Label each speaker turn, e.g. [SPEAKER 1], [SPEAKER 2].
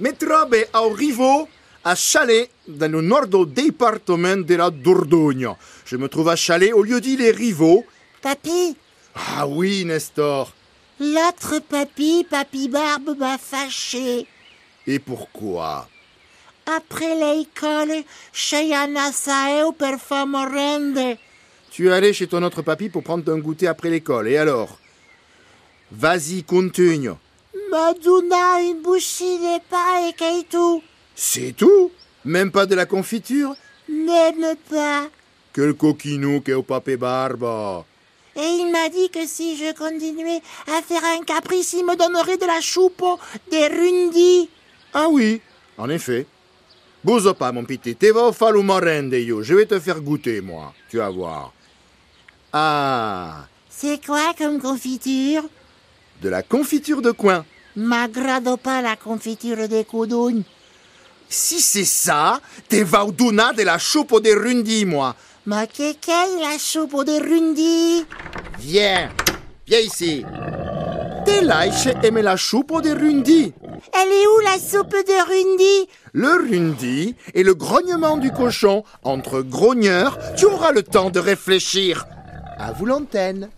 [SPEAKER 1] metterebbe ao rivo à Chalet, dans le nord du département de la Dordogne. Je me trouve à Chalet au lieu dit les rivaux.
[SPEAKER 2] Papy,
[SPEAKER 1] Ah oui, Nestor.
[SPEAKER 2] l'autre papy, papy Barbe m'a fâché.
[SPEAKER 1] Et pourquoi
[SPEAKER 2] Après l'école, chez Anasao per famorende.
[SPEAKER 1] Tu es allé chez ton autre papy pour prendre un goûter après l'école, et alors Vas-y, continue.
[SPEAKER 2] Maduna une bouchée de pain et kaitou.
[SPEAKER 1] C'est tout Même pas de la confiture
[SPEAKER 2] N'aime pas.
[SPEAKER 1] Quel coquinou qu'est au papé barbe
[SPEAKER 2] Et il m'a dit que si je continuais à faire un caprice, il me donnerait de la choupe, des rundi.
[SPEAKER 1] Ah oui, en effet. Bouge pas, mon petit. Te va au fallu morende, yo. Je vais te faire goûter, moi. Tu vas voir. Ah,
[SPEAKER 2] C'est quoi comme confiture
[SPEAKER 1] de la confiture de coin.
[SPEAKER 2] M'agrado pas la confiture des coudounes.
[SPEAKER 1] Si c'est ça, te va au dona de la choupe de rundi, moi.
[SPEAKER 2] Ma quéquelle la choupe des rundi.
[SPEAKER 1] Viens, viens ici. Te lâche aimer la choupe de rundi.
[SPEAKER 2] Elle est où la soupe de rundi
[SPEAKER 1] Le rundi et le grognement du cochon. Entre grogneurs, tu auras le temps de réfléchir. À vous l'antenne.